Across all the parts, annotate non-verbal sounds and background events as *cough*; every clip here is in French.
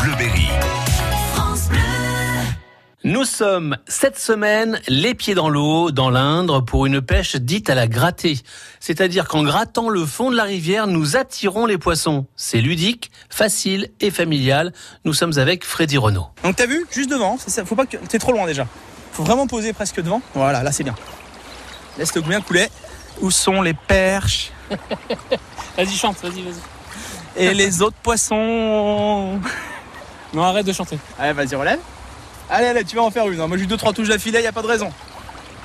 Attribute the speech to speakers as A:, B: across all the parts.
A: Bleuberry.
B: Nous sommes cette semaine les pieds dans l'eau dans l'Indre pour une pêche dite à la grattée. C'est-à-dire qu'en grattant le fond de la rivière, nous attirons les poissons. C'est ludique, facile et familial. Nous sommes avec Freddy Renault.
C: Donc t'as vu, juste devant, c'est ça, faut pas que t'es trop loin déjà. Faut vraiment poser presque devant. Voilà, là c'est bien. Laisse le bien couler. Où sont les perches
D: Vas-y, chante, vas-y, vas-y.
C: et *laughs* les autres poissons
D: Non, arrête de chanter.
C: Allez, vas-y, relève. Allez, allez, tu vas en faire une. hein. Moi j'ai eu deux trois touches d'affilée, y a pas de raison.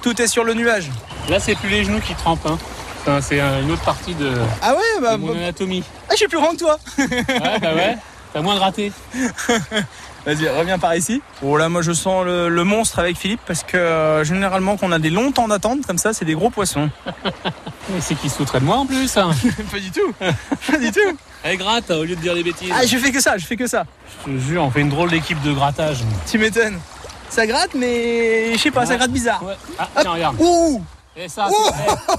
C: Tout est sur le nuage.
D: Là, c'est plus les genoux qui trempent. Hein. Enfin, c'est euh, une autre partie de, de
C: Ah ouais, bah,
D: mon
C: bah,
D: *laughs* anatomie.
C: ah, je suis plus grand que toi.
D: Ouais, bah ouais. T'as moins gratté.
C: Vas-y, reviens par ici. Oh là, moi je sens le, le monstre avec Philippe parce que euh, généralement quand on a des longs temps d'attente comme ça, c'est des gros poissons.
D: Mais c'est qu'il se foutrait de moi en plus. hein.
C: pas du tout. *laughs* pas du tout.
D: Elle Eh, gratte au lieu de dire des bêtises.
C: Ah, je fais que ça, je fais que ça.
D: Je te jure, on fait une drôle d'équipe de grattage.
C: Tu m'étonnes. Ça gratte, mais je sais pas, ça
D: Ouais.
C: gratte bizarre.
D: Ouais. Ah, tiens, regarde.
C: Ouh
D: Et ça, c'est-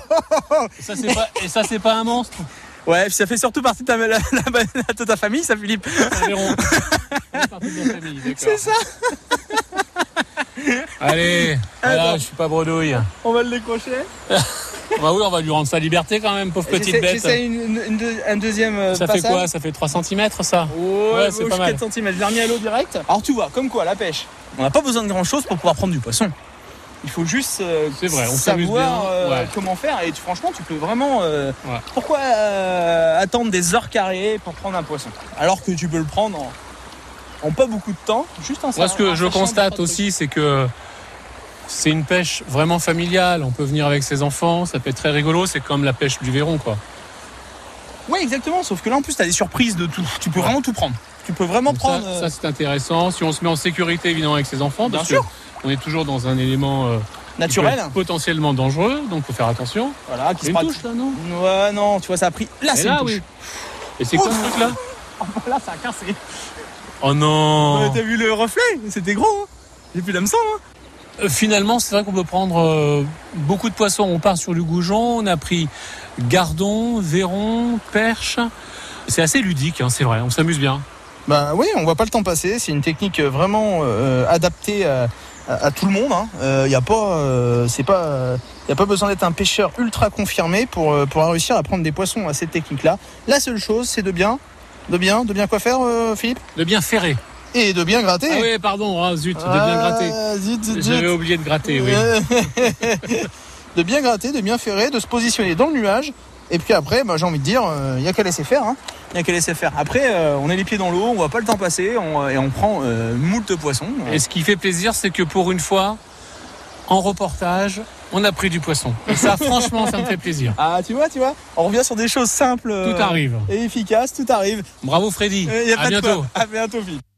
D: *laughs* eh, ça, c'est pas, et ça, c'est pas un monstre.
C: Ouais, puis ça fait surtout partie de ta, *laughs* la- la- la- de ta famille, ça, Philippe.
D: C'est un verron. C'est partie de la famille, d'accord.
C: C'est ça
D: Allez, voilà, je suis pas bredouille.
C: On va le décrocher.
D: Bah oui, on va lui rendre sa liberté quand même, pauvre petite bête.
C: J'essaie une- une- une deux- un deuxième euh,
D: Ça fait
C: passage.
D: quoi Ça fait 3 cm ça
C: Ouais,
D: Ouais, c'est
C: ouais,
D: pas mal.
C: 4 cm. Je l'ai remis à l'eau direct. Alors tu vois, comme quoi, la pêche, on n'a pas besoin de grand chose pour pouvoir prendre du poisson. Il faut juste euh,
D: C'est vrai, on s'amuse
C: savoir
D: bien,
C: euh,
D: ouais.
C: comment faire. Et tu- franchement, tu peux vraiment. euh,
D: Ouais.
C: Pourquoi euh, attendre des heures carrées pour prendre un poisson Alors que tu peux le prendre en, en pas beaucoup de temps, juste en
D: Moi, ce
C: sa-
D: que
C: en
D: je
C: sachant
D: constate
C: d'autres trucs.
D: aussi, c'est que c'est une pêche vraiment familiale. On peut venir avec ses enfants, ça peut être très rigolo. C'est comme la pêche du verron, quoi.
C: Oui, exactement. Sauf que là, en plus, tu as des surprises de tout. Tu peux
D: Ouais.
C: vraiment tout prendre. Tu peux vraiment
D: Donc ça-
C: prendre.
D: ça,
C: euh,
D: c'est intéressant. Si on se met en sécurité, évidemment, avec ses enfants,
C: Bien
D: parce
C: sûr.
D: que on est toujours dans un élément euh, qui peut
C: naturel.
D: être potentiellement dangereux, donc faut faire attention.
C: Voilà, qui
D: C'est
C: se
D: une
C: prate-
D: touche, là, non
C: Ouais, non, tu vois, ça a pris. Là,
D: Et
C: c'est une
D: là,
C: touche.
D: oui. Et c'est quoi
C: Ouf.
D: ce truc-là
C: *laughs* Là, ça a cassé.
D: Oh
C: Ouais,
D: non
C: T'as vu le reflet C'était gros. hein. J'ai plus l'hameçon. Hein.
D: Euh, Finalement, c'est vrai qu'on peut prendre euh, beaucoup de poissons. On part sur du goujon, on a pris gardon, verron, perche. C'est assez ludique, hein, c'est vrai, on s'amuse bien.
C: Bah oui, on voit pas le temps passer. C'est une technique vraiment euh, adaptée à, à- à tout le monde. hein. Euh, y a pas, euh, c'est pas, euh, y a pas besoin d'être un pêcheur ultra confirmé pour euh, pour réussir à prendre des poissons à cette technique-là. La seule chose, c'est de bien, de bien, de bien quoi faire, euh, Philippe,
D: De bien ferrer.
C: et de bien gratter.
D: Ah oui, pardon, ah, zut, de bien gratter.
C: Ah, zut, zut, Euh, zut.
D: J'avais oublié de
C: Eh
D: gratter, oui.
C: *laughs* de bien gratter, de bien ferrer, de se positionner dans le nuage. Et puis après, bah, j'ai envie de dire, il n'y a qu'à laisser faire. hein. Il n'y a qu'à laisser faire. Après, euh, on est les pieds dans l'eau, on voit pas le temps passer on- et on prend euh, moult poissons.
D: Et ce qui fait plaisir, c'est que pour une fois, en reportage, on a pris du poisson. Et ça, franchement, ça me fait plaisir.
C: Ah, tu vois, tu vois, on revient sur des choses simples euh,
D: Tout arrive.
C: et efficaces, tout arrive.
D: Bravo Freddy.
C: Il n'y a
D: à
C: pas de
D: bientôt.
C: quoi. À bientôt, Philippe.